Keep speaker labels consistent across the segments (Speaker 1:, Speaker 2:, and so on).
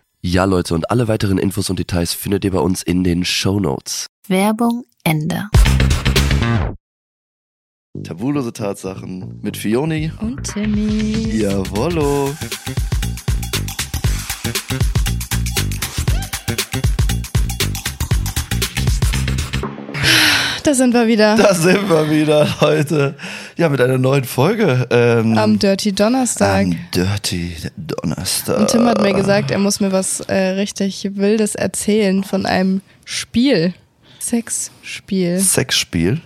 Speaker 1: Ja, Leute, und alle weiteren Infos und Details findet ihr bei uns in den Show Notes.
Speaker 2: Werbung Ende.
Speaker 3: Tabulose Tatsachen mit Fioni.
Speaker 4: Und Timmy.
Speaker 3: Jawollo.
Speaker 4: Da sind wir wieder
Speaker 3: Da sind wir wieder, Leute. Ja, mit einer neuen Folge. Ähm,
Speaker 4: am Dirty Donnerstag.
Speaker 3: am Dirty Donnerstag.
Speaker 4: Und Tim
Speaker 3: Äh,
Speaker 4: hat mir gesagt, er muss mir was äh, richtig Wildes erzählen von einem Spiel. Sexspiel.
Speaker 3: Sexspiel.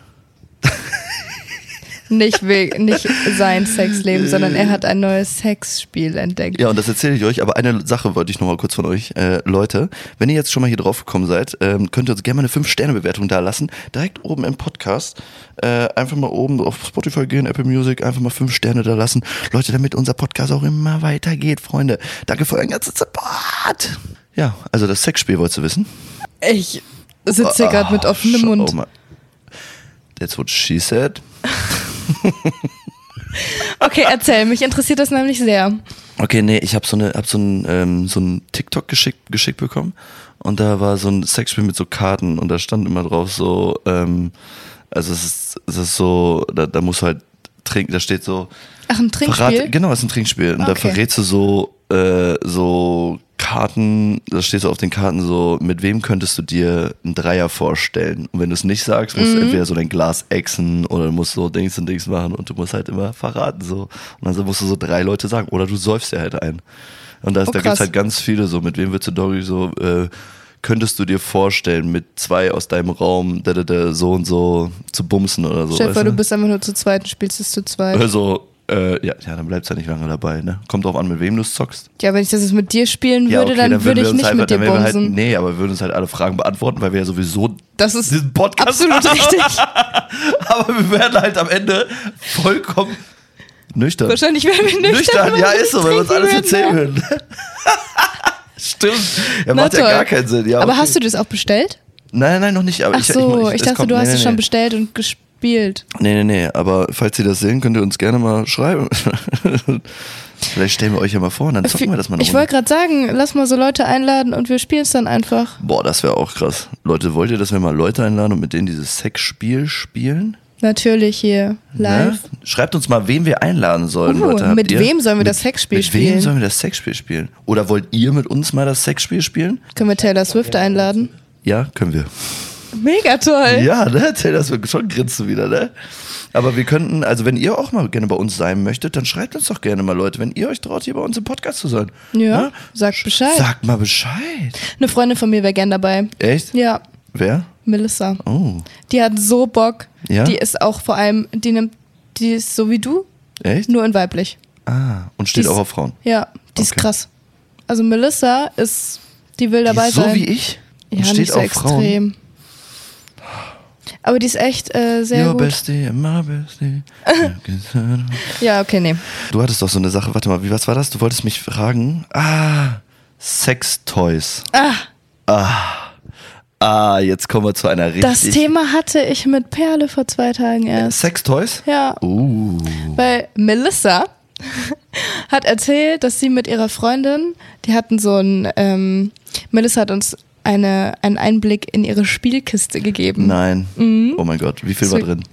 Speaker 4: Nicht, we- nicht sein Sexleben, sondern er hat ein neues Sexspiel entdeckt.
Speaker 3: Ja, und das erzähle ich euch, aber eine Sache wollte ich nochmal kurz von euch. Äh, Leute, wenn ihr jetzt schon mal hier drauf gekommen seid, ähm, könnt ihr uns gerne mal eine 5-Sterne-Bewertung da lassen. Direkt oben im Podcast. Äh, einfach mal oben auf Spotify gehen, Apple Music, einfach mal 5 Sterne da lassen. Leute, damit unser Podcast auch immer weitergeht, Freunde. Danke für euren ganzen Support. Ja, also das Sexspiel wolltest du wissen.
Speaker 4: Ich sitze hier gerade mit offenem
Speaker 3: Sch-
Speaker 4: Mund.
Speaker 3: Oh mein- That's what she said.
Speaker 4: Okay, erzähl, mich interessiert das nämlich sehr.
Speaker 3: Okay, nee, ich habe so eine, hab so ein, ähm, so ein TikTok geschickt, geschickt bekommen und da war so ein Sexspiel mit so Karten und da stand immer drauf so, ähm, also es ist, es ist so, da, da musst du halt trinken, da steht so,
Speaker 4: Ach, ein Trinkspiel?
Speaker 3: Verrat, genau, es ist ein Trinkspiel und da
Speaker 4: Okay.
Speaker 3: verrätst du so, äh, so Karten, da steht so auf den Karten so, mit wem könntest du dir einen Dreier vorstellen und wenn du es nicht sagst,
Speaker 4: Mhm.
Speaker 3: musst du entweder so dein Glas exen oder musst so Dings und Dings machen und du musst halt immer verraten so und dann musst du so drei Leute sagen oder du säufst dir halt ein. Und da, ist-
Speaker 4: Oh,
Speaker 3: da gibt
Speaker 4: krass.
Speaker 3: es halt ganz viele so, mit wem würdest du Doggy so, äh, könntest du dir vorstellen, mit zwei aus deinem Raum da, da, da, so und so zu bumsen oder so. ne?
Speaker 4: Stell dir vor,
Speaker 3: weißt
Speaker 4: du bist einfach nur zu zweit und spielst es zu zweit.
Speaker 3: Also, äh, ja, ja, dann bleibst du ja nicht lange dabei, ne? Kommt drauf an, mit wem du es zockst.
Speaker 4: Ja, wenn ich das jetzt mit dir spielen
Speaker 3: Ja,
Speaker 4: würde,
Speaker 3: okay,
Speaker 4: dann,
Speaker 3: würden
Speaker 4: würde ich
Speaker 3: uns
Speaker 4: nicht
Speaker 3: einfach,
Speaker 4: mit dir
Speaker 3: dann wären wir halt,
Speaker 4: bumsen.
Speaker 3: Nee, aber wir würden uns halt alle Fragen beantworten, weil wir ja sowieso
Speaker 4: Das ist
Speaker 3: diesen Podcast
Speaker 4: absolut
Speaker 3: haben.
Speaker 4: richtig.
Speaker 3: Aber wir werden halt am Ende vollkommen nüchtern.
Speaker 4: Wahrscheinlich wären wir nüchtern.
Speaker 3: Nüchtern, ja, ist so, wenn wir uns alles erzählen
Speaker 4: würden.
Speaker 3: würden. Stimmt. Ja,
Speaker 4: Na
Speaker 3: macht ja
Speaker 4: toll.
Speaker 3: gar keinen Sinn. Ja,
Speaker 4: Aber
Speaker 3: okay.
Speaker 4: hast du das auch bestellt?
Speaker 3: Nein, nein, noch nicht. Aber
Speaker 4: Ach
Speaker 3: ich,
Speaker 4: so, ich,
Speaker 3: es
Speaker 4: dachte,
Speaker 3: kommt-
Speaker 4: du
Speaker 3: nee,
Speaker 4: hast
Speaker 3: nee,
Speaker 4: es schon
Speaker 3: nee.
Speaker 4: bestellt und gespielt.
Speaker 3: Nee, nee, nee. Aber falls ihr das sehen, könnt ihr uns gerne mal schreiben. Vielleicht stellen wir euch ja mal vor und dann zocken wir das mal eine
Speaker 4: Äh, ich
Speaker 3: Runde.
Speaker 4: wollte gerade sagen, lass mal so Leute einladen und wir spielen es dann einfach.
Speaker 3: Boah, das wäre auch krass. Leute, wollt ihr, dass wir mal Leute einladen und mit denen dieses Sexspiel spielen?
Speaker 4: Natürlich hier live.
Speaker 3: Ne? Schreibt uns mal, wen wir einladen sollen,
Speaker 4: Uh,
Speaker 3: Leute. habt
Speaker 4: mit
Speaker 3: ihr?
Speaker 4: wem sollen wir
Speaker 3: mit,
Speaker 4: das Sexspiel
Speaker 3: mit Mit
Speaker 4: spielen?
Speaker 3: wem sollen wir das Sexspiel spielen? Oder wollt ihr mit uns mal das Sexspiel spielen?
Speaker 4: Können wir Taylor Swift einladen?
Speaker 3: Ja, können wir.
Speaker 4: Mega toll.
Speaker 3: Ja, ne? Taylor Swift, schon grinsen wieder, ne? Aber wir könnten, also wenn ihr auch mal gerne bei uns sein möchtet, dann schreibt uns doch gerne mal, Leute, wenn ihr euch traut, hier bei uns im Podcast zu sein.
Speaker 4: Ja,
Speaker 3: Ne?
Speaker 4: sagt Bescheid.
Speaker 3: Sagt mal Bescheid.
Speaker 4: Eine Freundin von mir wäre gern dabei.
Speaker 3: Echt?
Speaker 4: Ja,
Speaker 3: Wer?
Speaker 4: Melissa.
Speaker 3: Oh,
Speaker 4: Die hat so Bock.
Speaker 3: Ja?
Speaker 4: Die ist auch vor allem, die nimmt, die ist so wie du,
Speaker 3: echt?
Speaker 4: nur in weiblich.
Speaker 3: Ah, und steht
Speaker 4: Dies-
Speaker 3: auch auf Frauen.
Speaker 4: Ja, die ist
Speaker 3: Okay.
Speaker 4: krass. Also Melissa ist, die will dabei
Speaker 3: die ist so
Speaker 4: sein.
Speaker 3: wie ich und
Speaker 4: ja,
Speaker 3: steht
Speaker 4: nicht so
Speaker 3: auf Frauen.
Speaker 4: extrem. Aber die ist echt äh, sehr
Speaker 3: Your
Speaker 4: gut.
Speaker 3: bestie, and my bestie.
Speaker 4: Ja, okay, nee.
Speaker 3: du hattest doch so eine Sache, warte mal, wie was war das? Du wolltest mich fragen. Ah, Sextoys. Ah. Ah. Ah, jetzt kommen wir zu einer richtig
Speaker 4: Das Thema hatte ich mit Perle vor zwei Tagen erst.
Speaker 3: Sextoys?
Speaker 4: Ja.
Speaker 3: Uh.
Speaker 4: Weil Melissa hat erzählt, dass sie mit ihrer Freundin, die hatten so ein, ähm, Melissa hat uns eine, einen Einblick in ihre Spielkiste gegeben.
Speaker 3: Nein. Oh mein Gott, wie viel war
Speaker 4: Mhm. Zu-
Speaker 3: drin?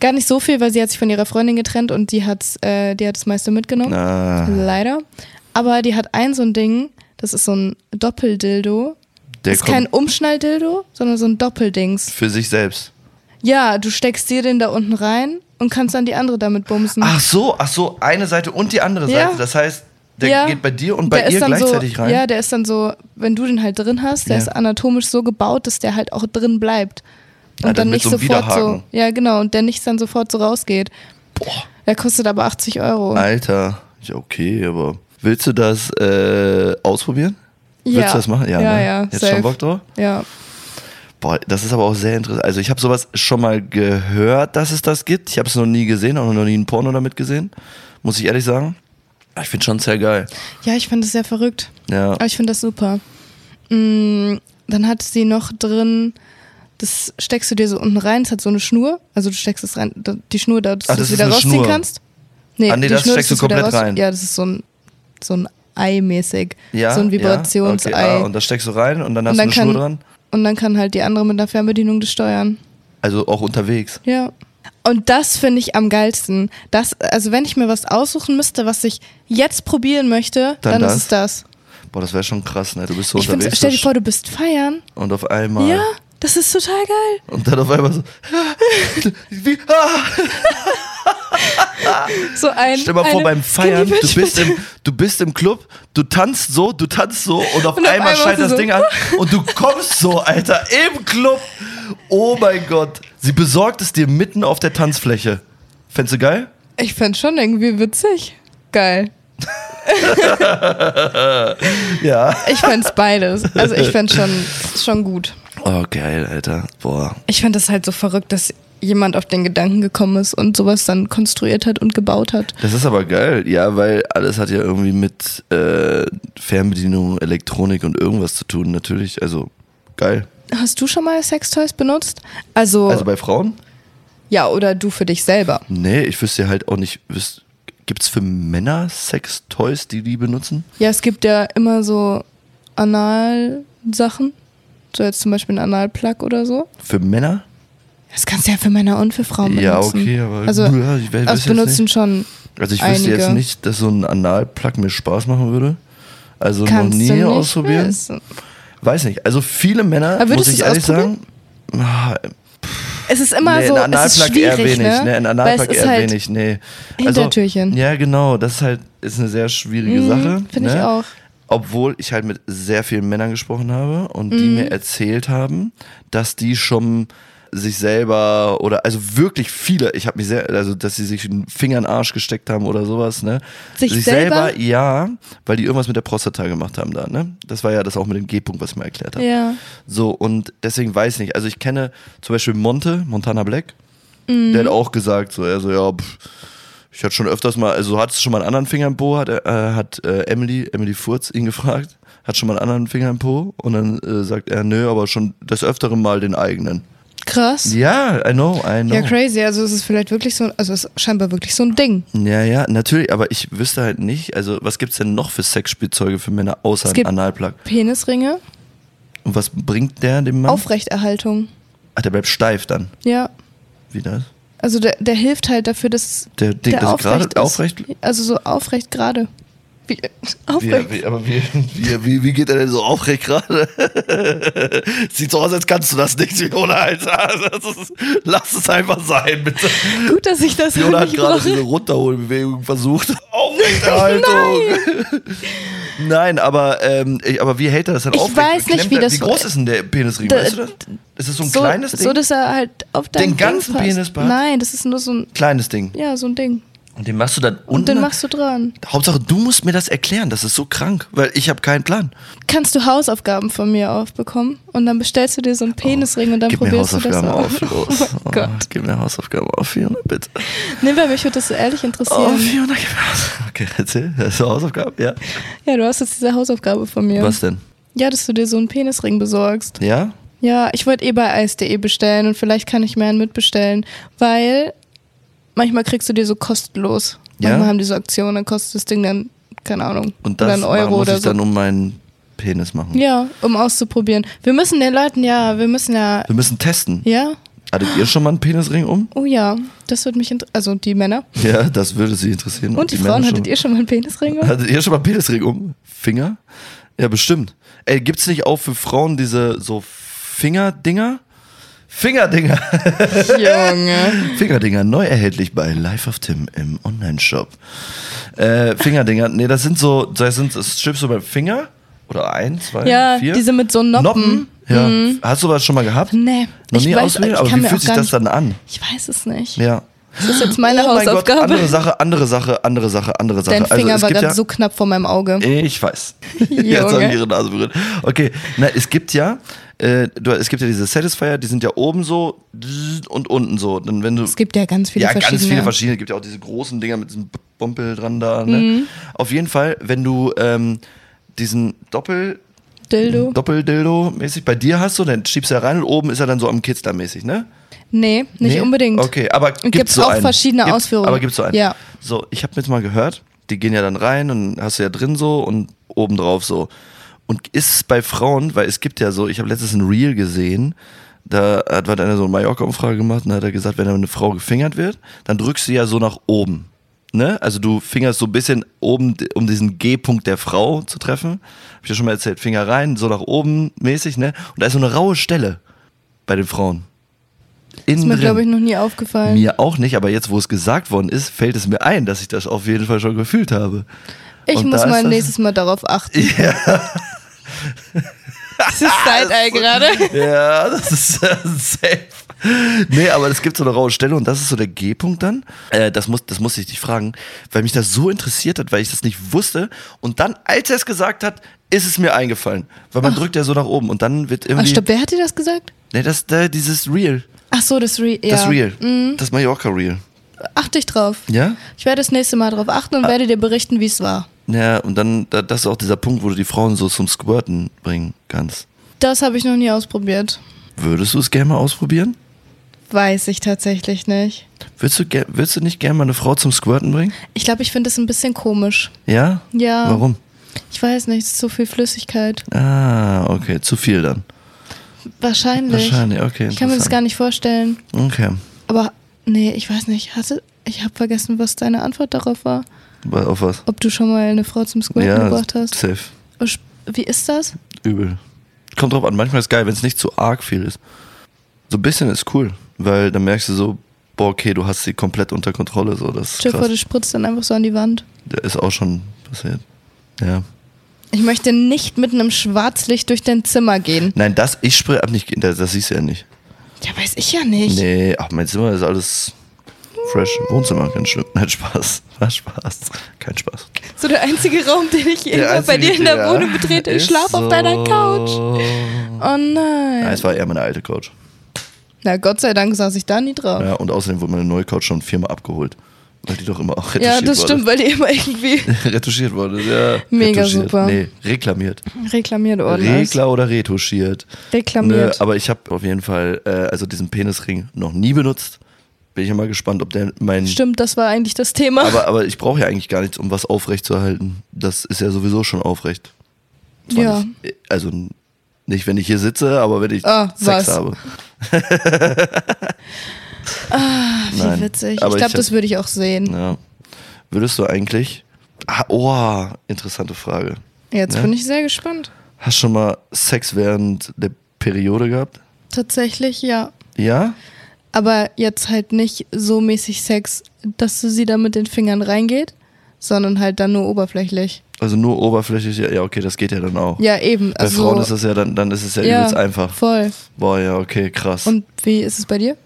Speaker 4: Gar nicht so viel, weil sie hat sich von ihrer Freundin getrennt und die hat's, äh, die hat das meiste mitgenommen.
Speaker 3: Ah,
Speaker 4: Leider. Aber die hat ein so ein Ding, das ist so ein Doppeldildo.
Speaker 3: der
Speaker 4: das ist kein
Speaker 3: kommt
Speaker 4: Umschnalldildo, sondern so ein Doppeldings.
Speaker 3: für sich selbst.
Speaker 4: Ja, du steckst dir den da unten rein und kannst dann die andere damit bumsen.
Speaker 3: Ach so, ach so, eine Seite und die andere
Speaker 4: Ja.
Speaker 3: Seite. Das heißt, der
Speaker 4: Ja.
Speaker 3: geht bei dir und bei
Speaker 4: Der ist
Speaker 3: ihr
Speaker 4: dann
Speaker 3: gleichzeitig
Speaker 4: so,
Speaker 3: rein.
Speaker 4: Ja, der ist dann so, wenn du den halt drin hast, der
Speaker 3: Ja.
Speaker 4: ist anatomisch so gebaut, dass der halt auch drin bleibt. Und
Speaker 3: Ah, dann
Speaker 4: dann
Speaker 3: mit
Speaker 4: nicht
Speaker 3: so einem
Speaker 4: sofort so.
Speaker 3: Widerhaken.
Speaker 4: Ja, genau, und der nicht dann sofort so rausgeht.
Speaker 3: Boah.
Speaker 4: Der kostet aber 80 Euro.
Speaker 3: Alter, ja, okay, aber willst du das äh, ausprobieren?
Speaker 4: Ja.
Speaker 3: Willst du das machen? Ja,
Speaker 4: Ja,
Speaker 3: ne?
Speaker 4: ja,
Speaker 3: Jetzt
Speaker 4: safe.
Speaker 3: schon Bock drauf?
Speaker 4: Ja.
Speaker 3: Boah, das ist aber auch sehr interessant. Also ich habe sowas schon mal gehört, dass es das gibt. Ich habe es noch nie gesehen, auch noch nie einen Porno damit gesehen. Muss ich ehrlich sagen. Aber Ich finde schon sehr geil.
Speaker 4: ja, ich fand das sehr verrückt.
Speaker 3: Ja.
Speaker 4: Aber ich finde das super. Mm, dann hat sie noch drin, das steckst du dir so unten rein, es hat so eine Schnur. Also du steckst es rein, da- die Schnur da, dass
Speaker 3: Ah,
Speaker 4: du
Speaker 3: das
Speaker 4: es
Speaker 3: ist
Speaker 4: wieder
Speaker 3: eine
Speaker 4: rausziehen
Speaker 3: Schnur.
Speaker 4: kannst. Nee,
Speaker 3: Ah, nee,
Speaker 4: die
Speaker 3: das
Speaker 4: Schnur,
Speaker 3: steckst
Speaker 4: dass
Speaker 3: du
Speaker 4: es wieder
Speaker 3: komplett
Speaker 4: raus-
Speaker 3: rein.
Speaker 4: Ja, das ist so ein, so ein Ei mäßig.
Speaker 3: ja
Speaker 4: so ein
Speaker 3: ja,
Speaker 4: Vibrationsei.
Speaker 3: Okay. Ah, und
Speaker 4: und,
Speaker 3: da steckst du rein und dann hast
Speaker 4: Und
Speaker 3: du
Speaker 4: dann
Speaker 3: eine Schnur
Speaker 4: kann-
Speaker 3: dran.
Speaker 4: dann kann halt die andere mit einer Fernbedienung das steuern.
Speaker 3: Also auch unterwegs.
Speaker 4: Ja. Und das finde ich am geilsten. Das, also wenn ich mir was aussuchen müsste, was ich jetzt probieren möchte,
Speaker 3: Dann
Speaker 4: dann,
Speaker 3: das.
Speaker 4: ist es das.
Speaker 3: Boah, das wäre schon krass, ne? Du bist so
Speaker 4: Ich find's,
Speaker 3: unterwegs
Speaker 4: stell dir vor, du bist feiern.
Speaker 3: und auf einmal
Speaker 4: Ja, das ist total geil.
Speaker 3: und dann auf einmal so wie, ah!
Speaker 4: So ein,
Speaker 3: Stell mal vor,
Speaker 4: eine-
Speaker 3: beim Feiern,
Speaker 4: Can you
Speaker 3: du bist,
Speaker 4: imagine?
Speaker 3: im, du bist im Club, du tanzt so, du tanzt so und auf
Speaker 4: Und auf
Speaker 3: einmal,
Speaker 4: einmal
Speaker 3: schreit
Speaker 4: machst du
Speaker 3: das
Speaker 4: so.
Speaker 3: Ding an und du kommst so, Alter, im Club. Oh mein Gott. Sie besorgt es dir mitten auf der Tanzfläche. Fändest du geil?
Speaker 4: Ich fände schon irgendwie witzig. Geil.
Speaker 3: Ja.
Speaker 4: Ich fände beides. Also ich fände schon, schon gut.
Speaker 3: Oh, geil, Alter. Boah.
Speaker 4: Ich fand das halt so verrückt, dass jemand auf den Gedanken gekommen ist und sowas dann konstruiert hat und gebaut hat.
Speaker 3: Das ist aber geil, ja, weil alles hat ja irgendwie mit äh, Fernbedienung, Elektronik und irgendwas zu tun, natürlich. Also, geil.
Speaker 4: Hast du schon mal Sextoys benutzt? Also,
Speaker 3: Also bei Frauen?
Speaker 4: ja, oder du für dich selber.
Speaker 3: Nee, ich wüsste halt auch nicht, wüs- gibt's für Männer Sex-Toys, die die benutzen?
Speaker 4: Ja, es gibt ja immer so Anal-Sachen. So jetzt zum Beispiel ein Analplug oder so.
Speaker 3: Für Männer?
Speaker 4: Das kannst du ja für Männer und für Frauen benutzen.
Speaker 3: Ja, okay, aber-
Speaker 4: Also,
Speaker 3: Ja, ich weiß-
Speaker 4: das
Speaker 3: weiß jetzt
Speaker 4: benutzen schon
Speaker 3: Also ich wüsste
Speaker 4: einige.
Speaker 3: jetzt nicht, dass so ein Analplug mir Spaß machen würde. Also
Speaker 4: Kannst
Speaker 3: noch nie
Speaker 4: du nicht
Speaker 3: ausprobiert.
Speaker 4: wissen.
Speaker 3: Weiß nicht. Also viele Männer,
Speaker 4: Aber würdest
Speaker 3: muss ich
Speaker 4: du's
Speaker 3: ehrlich sagen, ah,
Speaker 4: Es ist immer
Speaker 3: nee,
Speaker 4: so,
Speaker 3: ein
Speaker 4: es ist
Speaker 3: Analplug
Speaker 4: schwierig,
Speaker 3: eher wenig.
Speaker 4: ne?
Speaker 3: Nee, ein
Speaker 4: Weil es
Speaker 3: Analplug
Speaker 4: ist
Speaker 3: eher
Speaker 4: halt,
Speaker 3: wenig, nee. Also,
Speaker 4: Hintertürchen.
Speaker 3: Ja, genau. Das ist halt ist eine sehr schwierige
Speaker 4: Mhm,
Speaker 3: Sache.
Speaker 4: finde ich
Speaker 3: ne?
Speaker 4: auch.
Speaker 3: Obwohl ich halt mit sehr vielen Männern gesprochen habe und die
Speaker 4: Mhm.
Speaker 3: mir erzählt haben, dass die schon sich selber oder also wirklich viele, ich habe mich sehr, also dass sie sich einen Finger in den Arsch gesteckt haben oder sowas, ne?
Speaker 4: Sich selber?
Speaker 3: ja, weil die irgendwas mit der Prostata gemacht haben da, ne? Das war ja das auch mit dem G-Punkt, was ich mal erklärt habe.
Speaker 4: Ja.
Speaker 3: So, und deswegen weiß ich nicht. Also ich kenne zum Beispiel Monte, Montana Black, der
Speaker 4: Mhm.
Speaker 3: hat auch gesagt, so, er so, ja, pff, ich hatte schon öfters mal, also hat es schon mal einen anderen Finger im Po, hat, er- äh, hat äh, Emily, Emily Furz ihn gefragt, hat schon mal einen anderen Finger im Po und dann äh, sagt er, nö, aber schon des öfteren Mal den eigenen.
Speaker 4: Krass.
Speaker 3: Ja, I know, I know.
Speaker 4: Ja, crazy. Also es ist vielleicht wirklich so, also es ist scheinbar wirklich so ein Ding.
Speaker 3: Ja, ja, natürlich, aber ich wüsste halt nicht, also was gibt's denn noch für Sexspielzeuge für Männer außer
Speaker 4: Es gibt-
Speaker 3: einem Analplug?
Speaker 4: Penisringe,
Speaker 3: Und was bringt der dem Mann?
Speaker 4: Aufrechterhaltung.
Speaker 3: Ach, der bleibt steif dann.
Speaker 4: Ja.
Speaker 3: Wie das?
Speaker 4: Also der, der hilft halt dafür, dass
Speaker 3: Der Ding,
Speaker 4: der
Speaker 3: das
Speaker 4: aufrecht
Speaker 3: gerade
Speaker 4: ist.
Speaker 3: aufrecht
Speaker 4: Also so aufrecht gerade. Wie,
Speaker 3: Wie,
Speaker 4: aufregend.
Speaker 3: wie, aber wie, wie, wie, wie geht er denn so aufrecht gerade? Sieht so aus, als kannst du das nicht, Fiona, Alter. Das ist, lass es einfach sein, bitte.
Speaker 4: Gut, dass ich das
Speaker 3: Fiona hat
Speaker 4: nicht
Speaker 3: gerade
Speaker 4: brauche.
Speaker 3: diese Runterholbewegung versucht. Aufrechterhaltung. Nein, Nein aber, ähm, ich- aber wie hält er das dann
Speaker 4: Ich
Speaker 3: auf?
Speaker 4: weiß nicht, wie das-
Speaker 3: Wie groß ist denn der Penisring?
Speaker 4: Da-
Speaker 3: weißt du das? Ist das so ein
Speaker 4: so,
Speaker 3: kleines Ding?
Speaker 4: so, dass er halt auf deinen
Speaker 3: Den
Speaker 4: Ding
Speaker 3: ganzen
Speaker 4: passt.
Speaker 3: Penis passt?
Speaker 4: Nein, das ist nur so ein,
Speaker 3: kleines Ding.
Speaker 4: ja, so ein Ding.
Speaker 3: Und den machst du dann unten?
Speaker 4: Und den machst du dran.
Speaker 3: Hauptsache, du musst mir das erklären. Das ist so krank, weil ich habe keinen Plan.
Speaker 4: Kannst du Hausaufgaben von mir aufbekommen und dann bestellst du dir so einen Penisring und dann
Speaker 3: Oh, Gib mir
Speaker 4: probierst du das
Speaker 3: Hausaufgaben auf,
Speaker 4: auf.
Speaker 3: los.
Speaker 4: Oh Gott.
Speaker 3: Gib mir Hausaufgaben auf, Fiona, bitte.
Speaker 4: Nee, bei mich würde das ehrlich interessieren.
Speaker 3: Oh, Fiona, gib mir Hausaufgaben. Okay, erzähl. Hast du Hausaufgaben? Ja.
Speaker 4: Ja, du hast jetzt diese Hausaufgabe von mir.
Speaker 3: Oh. Was denn?
Speaker 4: Ja, dass du dir so einen Penisring besorgst.
Speaker 3: Ja?
Speaker 4: Ja, ich wollte eh bei eis.de bestellen und vielleicht kann ich mir einen mitbestellen, weil manchmal kriegst du dir so kostenlos.
Speaker 3: Ja?
Speaker 4: Manchmal haben die so Aktionen, dann kostet das Ding dann, keine Ahnung,
Speaker 3: Und das
Speaker 4: oder einen Euro
Speaker 3: muss
Speaker 4: oder
Speaker 3: ich
Speaker 4: so.
Speaker 3: dann um meinen Penis machen.
Speaker 4: ja, um auszuprobieren. Wir müssen den Leuten ja, wir müssen ja,
Speaker 3: Wir müssen testen.
Speaker 4: ja,
Speaker 3: Hattet ihr schon mal einen Penisring um?
Speaker 4: oh ja, das würde mich, inter- also die Männer
Speaker 3: Ja, das würde sie interessieren.
Speaker 4: und die,
Speaker 3: Hm, Männer
Speaker 4: Frauen,
Speaker 3: schon.
Speaker 4: hattet ihr schon mal einen Penisring?
Speaker 3: Hattet ihr schon mal einen Penisring um? Finger? Ja, bestimmt. Ey, gibt's nicht auch für Frauen diese so Fingerdinger? Fingerdinger!
Speaker 4: Junge.
Speaker 3: Fingerdinger, neu erhältlich bei Life of Tim im Online-Shop. Äh, Fingerdinger, nee, das sind so, das sind, das schippst du beim Finger? Oder ein, zwei,
Speaker 4: Ja,
Speaker 3: vier?
Speaker 4: diese mit so Noppen.
Speaker 3: Ja. Hast du das schon mal gehabt?
Speaker 4: Nee,
Speaker 3: Noch
Speaker 4: ich
Speaker 3: nie
Speaker 4: weiß-
Speaker 3: ausprobiert,
Speaker 4: ich
Speaker 3: aber
Speaker 4: kann
Speaker 3: wie
Speaker 4: mir
Speaker 3: fühlt
Speaker 4: auch
Speaker 3: sich
Speaker 4: gar
Speaker 3: das
Speaker 4: nicht-
Speaker 3: dann an?
Speaker 4: Ich weiß es nicht.
Speaker 3: Ja. Oh
Speaker 4: Das ist jetzt meine
Speaker 3: mein Gott,
Speaker 4: Hausaufgabe.
Speaker 3: andere Sache, andere Sache, andere Sache, andere Sache.
Speaker 4: Dein
Speaker 3: also,
Speaker 4: Finger
Speaker 3: es
Speaker 4: war
Speaker 3: gibt
Speaker 4: gerade
Speaker 3: ja,
Speaker 4: so knapp vor meinem Auge.
Speaker 3: Ich weiß. Jetzt habe ich
Speaker 4: Junge.
Speaker 3: ihre Nase berührt. Okay, na, es gibt ja, äh, du, es gibt ja diese Satisfier, die sind ja oben so und unten so. Dann, wenn du,
Speaker 4: Es gibt ja ganz viele
Speaker 3: ja,
Speaker 4: verschiedene.
Speaker 3: ganz viele verschiedene. Gibt ja auch diese großen Dinger mit diesem Bompel dran da. Ne?
Speaker 4: Mhm.
Speaker 3: Auf jeden Fall, wenn du ähm, diesen Doppel
Speaker 4: Dildo.
Speaker 3: Doppeldildo mäßig bei dir hast, so, dann schiebst du ja rein und oben ist er dann so am Kitzler mäßig, ne?
Speaker 4: Nee, nicht
Speaker 3: Nee?
Speaker 4: unbedingt.
Speaker 3: Okay, aber
Speaker 4: Und
Speaker 3: gibt's,
Speaker 4: gibt's
Speaker 3: so
Speaker 4: auch
Speaker 3: einen.
Speaker 4: verschiedene
Speaker 3: Gibt's-
Speaker 4: Ausführungen.
Speaker 3: Aber gibt's so einen?
Speaker 4: Ja.
Speaker 3: So, ich habe jetzt mal gehört, die gehen ja dann rein und hast du ja drin so und oben drauf so. Und ist es bei Frauen, weil es gibt ja so, ich habe letztens ein Reel gesehen, da hat hat einer so eine Mallorca-Umfrage gemacht und da hat er gesagt, wenn eine Frau gefingert wird, dann drückst du ja so nach oben. Ne? Also du fingerst so ein bisschen oben, um diesen G-Punkt der Frau zu treffen. Hab ich ja schon mal erzählt, Finger rein, so nach oben mäßig, ne? Und da ist so eine raue Stelle bei den Frauen. Innen
Speaker 4: Ist mir,
Speaker 3: drin.
Speaker 4: glaube ich, noch nie aufgefallen.
Speaker 3: Mir auch nicht, aber jetzt, wo es gesagt worden ist, fällt es mir ein, dass ich das auf jeden Fall schon gefühlt habe.
Speaker 4: ich
Speaker 3: Und
Speaker 4: muss
Speaker 3: da ist
Speaker 4: mal
Speaker 3: das-
Speaker 4: nächstes Mal darauf achten. Ja. Das ist Side-Eye gerade.
Speaker 3: Ja, das ist äh, safe. Nee, aber es gibt so eine raue Stelle und das ist so der G-Punkt dann. Äh, das, muss, das muss ich dich fragen, weil mich das so interessiert hat, weil ich das nicht wusste. Und dann, als er es gesagt hat, ist es mir eingefallen. Weil man drückt ja so nach oben und dann wird
Speaker 4: Ach,
Speaker 3: irgendwie.
Speaker 4: stopp, wer hat dir das gesagt?
Speaker 3: nee, das, da, dieses Real.
Speaker 4: Ach so, das Real. Ja.
Speaker 3: Das Real.
Speaker 4: Mhm.
Speaker 3: Das Mallorca-Real.
Speaker 4: Achte ich drauf.
Speaker 3: Ja?
Speaker 4: Ich werde das nächste Mal drauf achten
Speaker 3: Ah.
Speaker 4: und werde dir berichten, wie es war.
Speaker 3: Ja, und dann, da, das ist auch dieser Punkt, wo du die Frauen so zum Squirten bringen kannst.
Speaker 4: Das habe ich noch nie ausprobiert.
Speaker 3: Würdest du es gerne mal ausprobieren?
Speaker 4: Weiß ich tatsächlich nicht.
Speaker 3: Würdest du, ger- würdest du nicht gerne mal eine Frau zum Squirten bringen?
Speaker 4: Ich glaube, ich finde das ein bisschen komisch.
Speaker 3: Ja?
Speaker 4: Ja.
Speaker 3: Warum?
Speaker 4: Ich weiß nicht, es ist so viel Flüssigkeit.
Speaker 3: Ah, okay, zu viel dann.
Speaker 4: Wahrscheinlich.
Speaker 3: Wahrscheinlich, okay.
Speaker 4: Ich kann mir das gar nicht vorstellen.
Speaker 3: Okay.
Speaker 4: Aber nee, ich weiß nicht. Hatte, ich habe vergessen, was deine Antwort darauf war.
Speaker 3: Wa- Auf was?
Speaker 4: Ob du schon mal eine Frau zum Squirten
Speaker 3: ja,
Speaker 4: gebracht hast.
Speaker 3: safe.
Speaker 4: Oh, sp- Wie ist das?
Speaker 3: Übel. Kommt drauf an, manchmal ist geil, wenn es nicht zu arg viel ist. So ein bisschen ist cool, weil dann merkst du so, boah, okay, du hast sie komplett unter Kontrolle. So, das ist
Speaker 4: Stell dir vor,
Speaker 3: krass.
Speaker 4: das spritzt dann einfach so an die Wand.
Speaker 3: Der ist auch schon passiert. Ja.
Speaker 4: Ich möchte nicht mit einem Schwarzlicht durch dein Zimmer gehen.
Speaker 3: Nein, das, ich sprich ab nicht, das, das siehst du ja nicht.
Speaker 4: Ja, weiß ich ja nicht.
Speaker 3: Nee, ach, mein Zimmer ist alles fresh. Wohnzimmer, ganz schlimm. Nein, Spaß. War Spaß. Kein Spaß.
Speaker 4: So der einzige Raum, den ich immer bei dir in der Wohnung betrete. Ich schlaf auf deiner Couch. Oh
Speaker 3: Ja,
Speaker 4: nein.
Speaker 3: es war eher meine alte Couch.
Speaker 4: Na, Gott sei Dank saß ich da nie drauf.
Speaker 3: Ja, und außerdem wurde meine neue Couch schon viermal abgeholt. Weil die doch immer auch retuschiert
Speaker 4: Ja, das
Speaker 3: wurde.
Speaker 4: stimmt, weil die immer irgendwie
Speaker 3: retuschiert wurde, ja.
Speaker 4: Mega
Speaker 3: retuschiert.
Speaker 4: super.
Speaker 3: Nee, reklamiert.
Speaker 4: reklamiert worden ist.
Speaker 3: Regler oder retuschiert.
Speaker 4: Reklamiert.
Speaker 3: Ne, aber ich habe auf jeden Fall, äh, also diesen Penisring noch nie benutzt. Bin ich ja mal gespannt, ob der mein.
Speaker 4: Stimmt, das war eigentlich das Thema.
Speaker 3: Aber, aber ich brauche ja eigentlich gar nichts, um was aufrecht zu erhalten. Das ist ja sowieso schon aufrecht. Zwar
Speaker 4: Ja.
Speaker 3: Nicht, also nicht, wenn ich hier sitze, aber wenn ich
Speaker 4: Ah,
Speaker 3: Sex
Speaker 4: was?
Speaker 3: habe.
Speaker 4: Wie
Speaker 3: Nein.
Speaker 4: witzig.
Speaker 3: Aber ich
Speaker 4: ich glaube,
Speaker 3: hab-
Speaker 4: das würde ich auch sehen.
Speaker 3: Ja. Würdest du eigentlich Ah, oh, interessante Frage.
Speaker 4: Jetzt
Speaker 3: Ja.
Speaker 4: bin ich sehr gespannt.
Speaker 3: Hast du schon mal Sex während der Periode gehabt?
Speaker 4: Tatsächlich, ja.
Speaker 3: Ja?
Speaker 4: Aber jetzt halt nicht so mäßig Sex, dass sie da mit den Fingern reingeht, sondern halt dann nur oberflächlich.
Speaker 3: Also nur oberflächlich, ja, ja, okay, das geht ja dann auch.
Speaker 4: Ja, eben.
Speaker 3: Bei
Speaker 4: also,
Speaker 3: Frauen ist das ja dann, dann ist es ja,
Speaker 4: ja,
Speaker 3: übelst einfach.
Speaker 4: Voll.
Speaker 3: Boah, ja, okay, krass.
Speaker 4: Und wie ist es bei dir?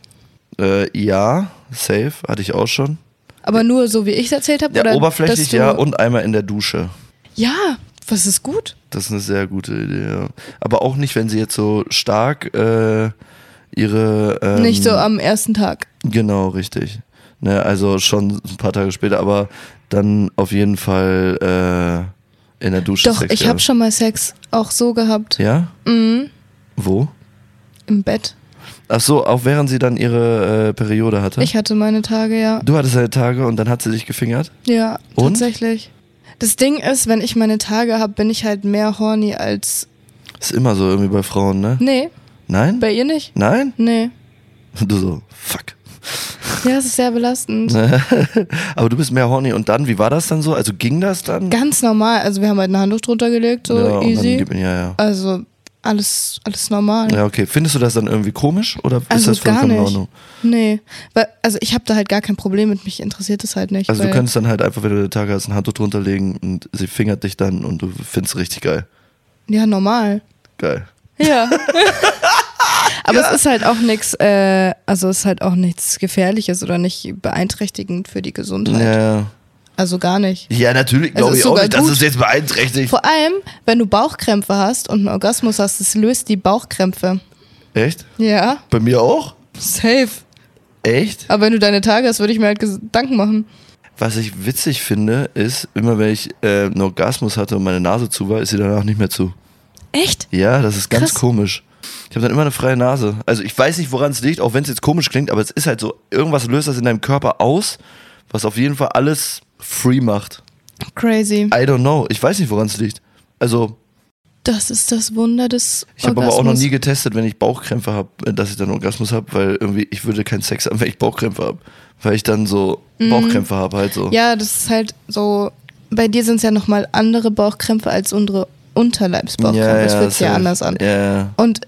Speaker 3: Äh, ja, safe, hatte ich auch schon.
Speaker 4: Aber nur so, wie ich es erzählt habe?
Speaker 3: Ja,
Speaker 4: oder dass
Speaker 3: oberflächlich,
Speaker 4: du,
Speaker 3: ja, und einmal in der Dusche.
Speaker 4: Ja, was ist gut?
Speaker 3: Das ist eine sehr gute Idee, ja. Aber auch nicht, wenn sie jetzt so stark äh, ihre. Ähm,
Speaker 4: nicht so am ersten Tag.
Speaker 3: Genau, richtig. Ne, also schon ein paar Tage später, aber dann auf jeden Fall äh, in der Dusche.
Speaker 4: Doch,
Speaker 3: Sex,
Speaker 4: ich
Speaker 3: ja.
Speaker 4: habe schon mal Sex auch so gehabt.
Speaker 3: Ja?
Speaker 4: Mhm,
Speaker 3: Wo?
Speaker 4: Im Bett.
Speaker 3: Ach so, auch während sie dann ihre äh, Periode hatte?
Speaker 4: Ich hatte meine Tage, ja.
Speaker 3: du hattest deine Tage und dann hat sie dich gefingert?
Speaker 4: Ja,
Speaker 3: Und?
Speaker 4: tatsächlich. Das Ding ist, wenn ich meine Tage habe, bin ich halt mehr horny als.
Speaker 3: Ist immer so irgendwie bei Frauen, ne?
Speaker 4: Nee,
Speaker 3: Nein?
Speaker 4: bei ihr nicht?
Speaker 3: Nein?
Speaker 4: Nee.
Speaker 3: Und du so, fuck.
Speaker 4: Ja, es ist sehr belastend.
Speaker 3: aber du bist mehr horny und dann, wie war das dann so? Also ging das dann?
Speaker 4: Ganz normal. Also, wir haben halt ein Handtuch drunter gelegt, so
Speaker 3: ja, und dann
Speaker 4: easy.
Speaker 3: gib mir, ja, ja.
Speaker 4: Also, alles, alles normal.
Speaker 3: Ja, okay. Findest du das dann irgendwie komisch oder ist
Speaker 4: Also
Speaker 3: das
Speaker 4: gar
Speaker 3: vollkommen in
Speaker 4: nicht.
Speaker 3: Ordnung?
Speaker 4: Nee, weil, also ich habe da halt gar kein Problem mit, mich interessiert es halt nicht.
Speaker 3: Also
Speaker 4: weil,
Speaker 3: du könntest dann halt einfach, wenn du deine Tage hast, ein Handtuch drunter legen und sie fingert dich dann und du findest richtig geil.
Speaker 4: Ja, normal.
Speaker 3: Geil.
Speaker 4: Ja. Aber es ist halt auch nichts, äh, also es ist halt auch nichts Gefährliches oder nicht beeinträchtigend für die Gesundheit.
Speaker 3: Ja,
Speaker 4: Also gar nicht.
Speaker 3: ja natürlich
Speaker 4: Also
Speaker 3: glaube
Speaker 4: ist
Speaker 3: ich auch
Speaker 4: sogar
Speaker 3: nicht, dass
Speaker 4: gut.
Speaker 3: es jetzt beeinträchtigt.
Speaker 4: Vor allem, wenn du Bauchkrämpfe hast und einen Orgasmus hast, es löst die Bauchkrämpfe.
Speaker 3: Echt?
Speaker 4: Ja,
Speaker 3: Bei mir auch?
Speaker 4: safe.
Speaker 3: Echt?
Speaker 4: Aber wenn du deine Tage hast, würde ich mir halt Gedanken machen.
Speaker 3: Was ich witzig finde, ist, immer wenn ich äh, einen Orgasmus hatte und meine Nase zu war, ist sie danach nicht mehr zu.
Speaker 4: Echt?
Speaker 3: Ja, das ist ganz
Speaker 4: Krass.
Speaker 3: komisch. Ich habe dann immer eine freie Nase. Also ich weiß nicht, woran es liegt, auch wenn es jetzt komisch klingt, aber es ist halt so, irgendwas löst das in deinem Körper aus, was auf jeden Fall alles free macht.
Speaker 4: Crazy.
Speaker 3: I don't know. Ich weiß nicht, woran es liegt. Also,
Speaker 4: Das ist das Wunder des
Speaker 3: ich habe aber auch noch
Speaker 4: Orgasmus.
Speaker 3: nie getestet, wenn ich Bauchkrämpfe habe, dass ich dann Orgasmus habe, weil irgendwie ich würde keinen Sex haben, wenn ich Bauchkrämpfe habe, weil ich dann so Bauchkrämpfe habe halt so.
Speaker 4: Mhm. Ja, das ist halt so. Bei dir sind es ja nochmal andere Bauchkrämpfe als unsere Unterleibsbauchkrämpfe. das fühlt sich ja
Speaker 3: safe.
Speaker 4: anders an.
Speaker 3: Ja,
Speaker 4: Und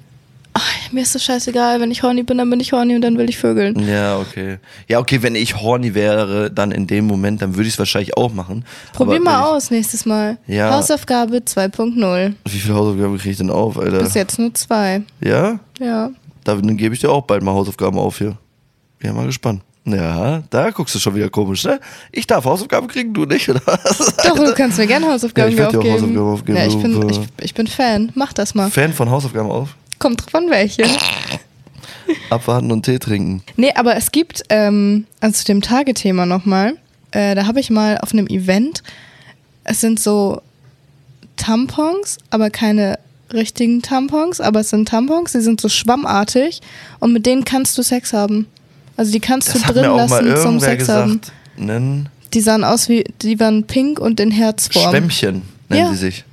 Speaker 4: ach, mir ist das scheißegal, wenn ich horny bin, dann bin ich horny und dann will ich vögeln.
Speaker 3: ja, okay. Ja, okay, wenn ich horny wäre, dann in dem Moment, dann würde ich es wahrscheinlich auch machen.
Speaker 4: Probier
Speaker 3: Aber
Speaker 4: mal
Speaker 3: wenn
Speaker 4: aus nächstes Mal.
Speaker 3: Ja.
Speaker 4: Hausaufgabe 2.0.
Speaker 3: ich, Wie viele Hausaufgaben kriege ich denn auf, Alter?
Speaker 4: Bis jetzt nur zwei.
Speaker 3: Ja?
Speaker 4: Ja.
Speaker 3: Da, dann gebe ich dir auch bald mal Hausaufgaben auf hier. Bin ja mal gespannt. Ja, da guckst du schon wieder komisch, ne? Ich darf Hausaufgaben kriegen, du nicht, oder was?
Speaker 4: Doch, du kannst mir gerne Hausaufgaben
Speaker 3: Äh, Ja, ich werd dir auch
Speaker 4: aufgeben.
Speaker 3: Hausaufgaben aufgeben,
Speaker 4: ja, ich bin,
Speaker 3: du,
Speaker 4: ich,
Speaker 3: äh,
Speaker 4: ich bin Fan. Mach das mal.
Speaker 3: Fan von Hausaufgaben auf?
Speaker 4: Kommt drauf an, welche.
Speaker 3: Abwarten und Tee trinken.
Speaker 4: Nee, aber es gibt, ähm, also zu dem Tagethema nochmal, äh, da habe ich mal auf einem Event, es sind so Tampons, aber keine richtigen Tampons, aber es sind Tampons, die sind so schwammartig und mit denen kannst du Sex haben. Also die kannst
Speaker 3: Das
Speaker 4: du
Speaker 3: hat
Speaker 4: drin
Speaker 3: mir auch mal
Speaker 4: lassen zum
Speaker 3: irgendwer
Speaker 4: Sex haben.
Speaker 3: gesagt. Nennen
Speaker 4: Die sahen aus wie, die waren pink und in Herzform.
Speaker 3: Schwämmchen nennen
Speaker 4: Ja.
Speaker 3: sie sich.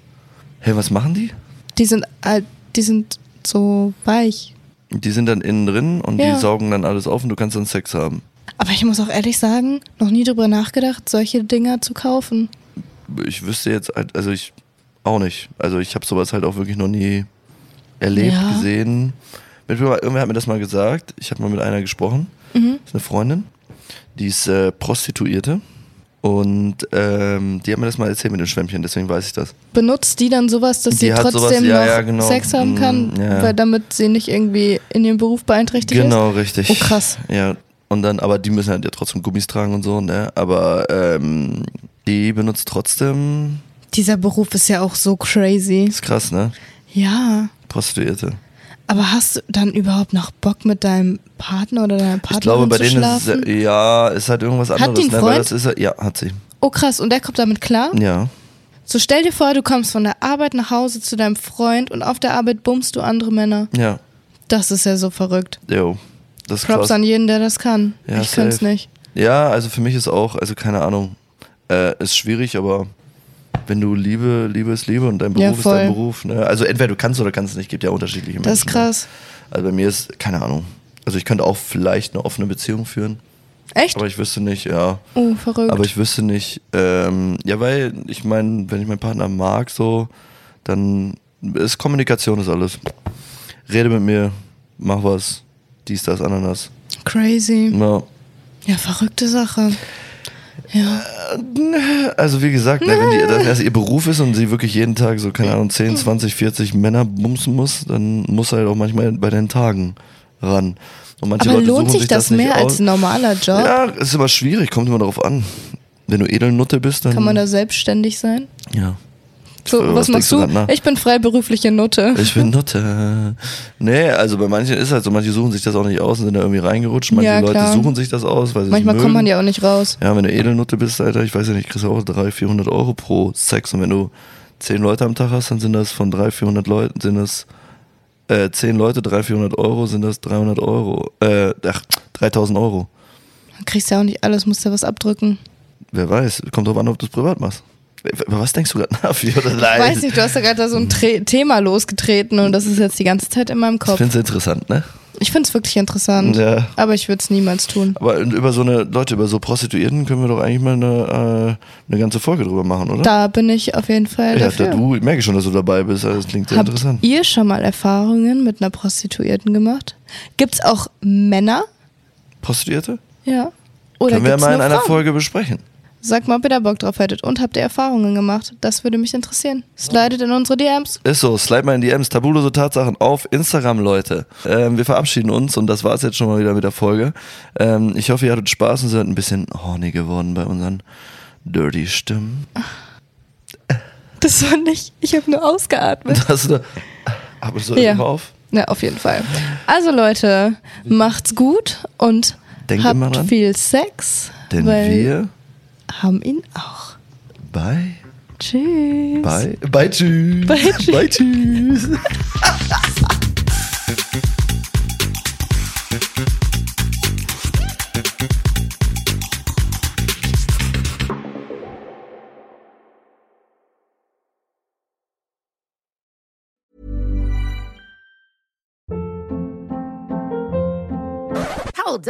Speaker 3: Hey, was machen die?
Speaker 4: Die sind, äh, die sind so weich.
Speaker 3: Die sind dann innen drin und
Speaker 4: Ja.
Speaker 3: die saugen dann alles auf und du kannst dann Sex haben.
Speaker 4: Aber ich muss auch ehrlich sagen, noch nie drüber nachgedacht, solche Dinger zu kaufen.
Speaker 3: Ich wüsste jetzt, halt- also ich auch nicht. Also ich habe sowas halt auch wirklich noch nie erlebt,
Speaker 4: Ja.
Speaker 3: gesehen. Mit, irgendwer hat mir das mal gesagt. Ich habe mal mit einer gesprochen.
Speaker 4: Mhm.
Speaker 3: Das ist eine Freundin. Die ist äh, Prostituierte. Und ähm, die hat mir das mal erzählt mit den Schwämmchen, deswegen weiß ich das.
Speaker 4: benutzt die dann sowas, dass
Speaker 3: Die
Speaker 4: sie
Speaker 3: hat
Speaker 4: trotzdem
Speaker 3: sowas, ja,
Speaker 4: noch
Speaker 3: ja, genau.
Speaker 4: Sex haben
Speaker 3: Mm,
Speaker 4: kann,
Speaker 3: ja.
Speaker 4: weil damit sie nicht irgendwie in ihrem Beruf beeinträchtigt
Speaker 3: Genau,
Speaker 4: ist?
Speaker 3: richtig.
Speaker 4: Oh, krass.
Speaker 3: Ja, und dann, aber die müssen halt ja trotzdem Gummis tragen und so, ne? Aber ähm, die benutzt trotzdem.
Speaker 4: Dieser Beruf ist ja auch so crazy.
Speaker 3: Ist krass, ne?
Speaker 4: Ja,
Speaker 3: Prostituierte.
Speaker 4: aber hast du dann überhaupt noch Bock mit deinem Partner oder deiner Partnerin
Speaker 3: ich glaube, bei
Speaker 4: zu
Speaker 3: denen ist
Speaker 4: schlafen?
Speaker 3: es, ja, ist halt irgendwas
Speaker 4: Hat
Speaker 3: anderes,
Speaker 4: die einen
Speaker 3: ne? Weil
Speaker 4: Freund?
Speaker 3: das ist ja, ja, hat sie.
Speaker 4: oh krass, und der kommt damit klar?
Speaker 3: Ja.
Speaker 4: So stell dir vor, du kommst von der Arbeit nach Hause zu deinem Freund und auf der Arbeit bummst du andere Männer.
Speaker 3: Ja.
Speaker 4: Das ist ja so verrückt.
Speaker 3: Jo. Das ist
Speaker 4: Props
Speaker 3: krass.
Speaker 4: an jeden, der das kann.
Speaker 3: Ja,
Speaker 4: ich könnte es
Speaker 3: safe.
Speaker 4: nicht.
Speaker 3: Ja, also für mich ist auch, also keine Ahnung, äh, ist schwierig, aber wenn du Liebe, Liebe ist Liebe und dein Beruf
Speaker 4: Ja,
Speaker 3: ist dein
Speaker 4: voll.
Speaker 3: Beruf. Ne? Also entweder du kannst oder kannst nicht, gibt ja unterschiedliche
Speaker 4: Das ist
Speaker 3: Menschen. ne?
Speaker 4: krass.
Speaker 3: Also bei mir ist, keine Ahnung. Also ich könnte auch vielleicht eine offene Beziehung führen.
Speaker 4: Echt?
Speaker 3: Aber ich wüsste nicht, ja.
Speaker 4: Oh, verrückt.
Speaker 3: Aber ich wüsste nicht, ähm, ja, weil ich meine, wenn ich meinen Partner mag, so, dann ist Kommunikation ist alles. Rede mit mir, mach was, dies, das, Ananas.
Speaker 4: Crazy.
Speaker 3: Ja.
Speaker 4: Ja, verrückte Sache. Ja.
Speaker 3: Also wie gesagt, ne, wenn die, das erst ihr Beruf ist und sie wirklich jeden Tag so, keine Ahnung, 10, 20, 40 Männer bumsen muss, dann muss halt auch manchmal bei den Tagen ran. Und manche
Speaker 4: Aber
Speaker 3: Leute
Speaker 4: lohnt
Speaker 3: suchen
Speaker 4: sich das,
Speaker 3: nicht
Speaker 4: mehr als
Speaker 3: aus.
Speaker 4: ein normaler Job?
Speaker 3: Ja, ist immer schwierig, kommt immer darauf an. Wenn du Edelnutte bist, dann.
Speaker 4: Kann man da selbstständig sein?
Speaker 3: Ja.
Speaker 4: So,
Speaker 3: Äh, was
Speaker 4: was machst
Speaker 3: denkst du
Speaker 4: du?
Speaker 3: grad nach?
Speaker 4: Ich bin freiberufliche Nutte.
Speaker 3: Ich bin Nutte. Nee, also bei manchen ist halt so, manche suchen sich das auch nicht aus und sind da irgendwie reingerutscht. Manche
Speaker 4: Ja,
Speaker 3: Leute
Speaker 4: klar.
Speaker 3: suchen sich das aus, weil sie es
Speaker 4: Manchmal
Speaker 3: mögen.
Speaker 4: kommt man ja auch nicht raus.
Speaker 3: Ja, wenn du Edelnutte bist, Alter, ich weiß ja nicht, kriegst du auch 300, 400 Euro pro Sex. Und wenn du 10 Leute am Tag hast, dann sind das von 300, 400 Leuten, sind das äh, 10 Leute, 300, 400 Euro, sind das 300 Euro, äh, ach, 3000 Euro.
Speaker 4: Du kriegst ja auch nicht alles, musst ja was abdrücken.
Speaker 3: Wer weiß, kommt drauf an, ob du es privat machst. Über was denkst du gerade nach? Wie oder
Speaker 4: Ich
Speaker 3: leid?
Speaker 4: weiß nicht, du hast ja gerade da so ein Tre Thema losgetreten und das ist jetzt die ganze Zeit in meinem
Speaker 3: Ich
Speaker 4: Kopf.
Speaker 3: finde es interessant, ne?
Speaker 4: Ich find's wirklich interessant,
Speaker 3: Ja.
Speaker 4: aber ich würde es niemals tun.
Speaker 3: Aber über so eine, Leute, über so Prostituierten können wir doch eigentlich mal eine, äh, eine ganze Folge drüber machen, oder?
Speaker 4: Da bin ich auf jeden Fall
Speaker 3: ja, da,
Speaker 4: dafür.
Speaker 3: du, ich merke schon, dass du dabei bist. Also Das klingt sehr
Speaker 4: Habt
Speaker 3: interessant.
Speaker 4: ihr schon mal Erfahrungen mit einer Prostituierten gemacht? Gibt's auch Männer?
Speaker 3: Prostituierte?
Speaker 4: Ja. Oder
Speaker 3: können wir ja
Speaker 4: gibt's
Speaker 3: mal in
Speaker 4: nur
Speaker 3: einer
Speaker 4: Frauen?
Speaker 3: Folge besprechen.
Speaker 4: Sagt mal, ob ihr da Bock drauf hättet und habt ihr Erfahrungen gemacht? Das würde mich interessieren. Slidet in ullere DMs.
Speaker 3: Ist so, slide mal in die DMs, tabulose Tatsachen auf Instagram, Leute. Ähm, wir verabschieden uns und das war's jetzt schon mal wieder mit der Folge. Ähm, ich hoffe, ihr hattet Spaß und seid ein bisschen horny geworden bei unseren dirty Stimmen.
Speaker 4: Das war nicht. Ich habe nur ausgeatmet.
Speaker 3: Das, aber so
Speaker 4: Ja.
Speaker 3: immer auf.
Speaker 4: Ja, auf jeden Fall. Also Leute, macht's gut und
Speaker 3: Denkt
Speaker 4: habt
Speaker 3: immer dran.
Speaker 4: viel Sex,
Speaker 3: Denn
Speaker 4: weil
Speaker 3: wir
Speaker 4: haben ihn auch.
Speaker 3: bye,
Speaker 4: Tschüss.
Speaker 3: bye, bye, tschüss.
Speaker 4: Bye, tschüss.
Speaker 3: Bye, tschüss.
Speaker 5: Hold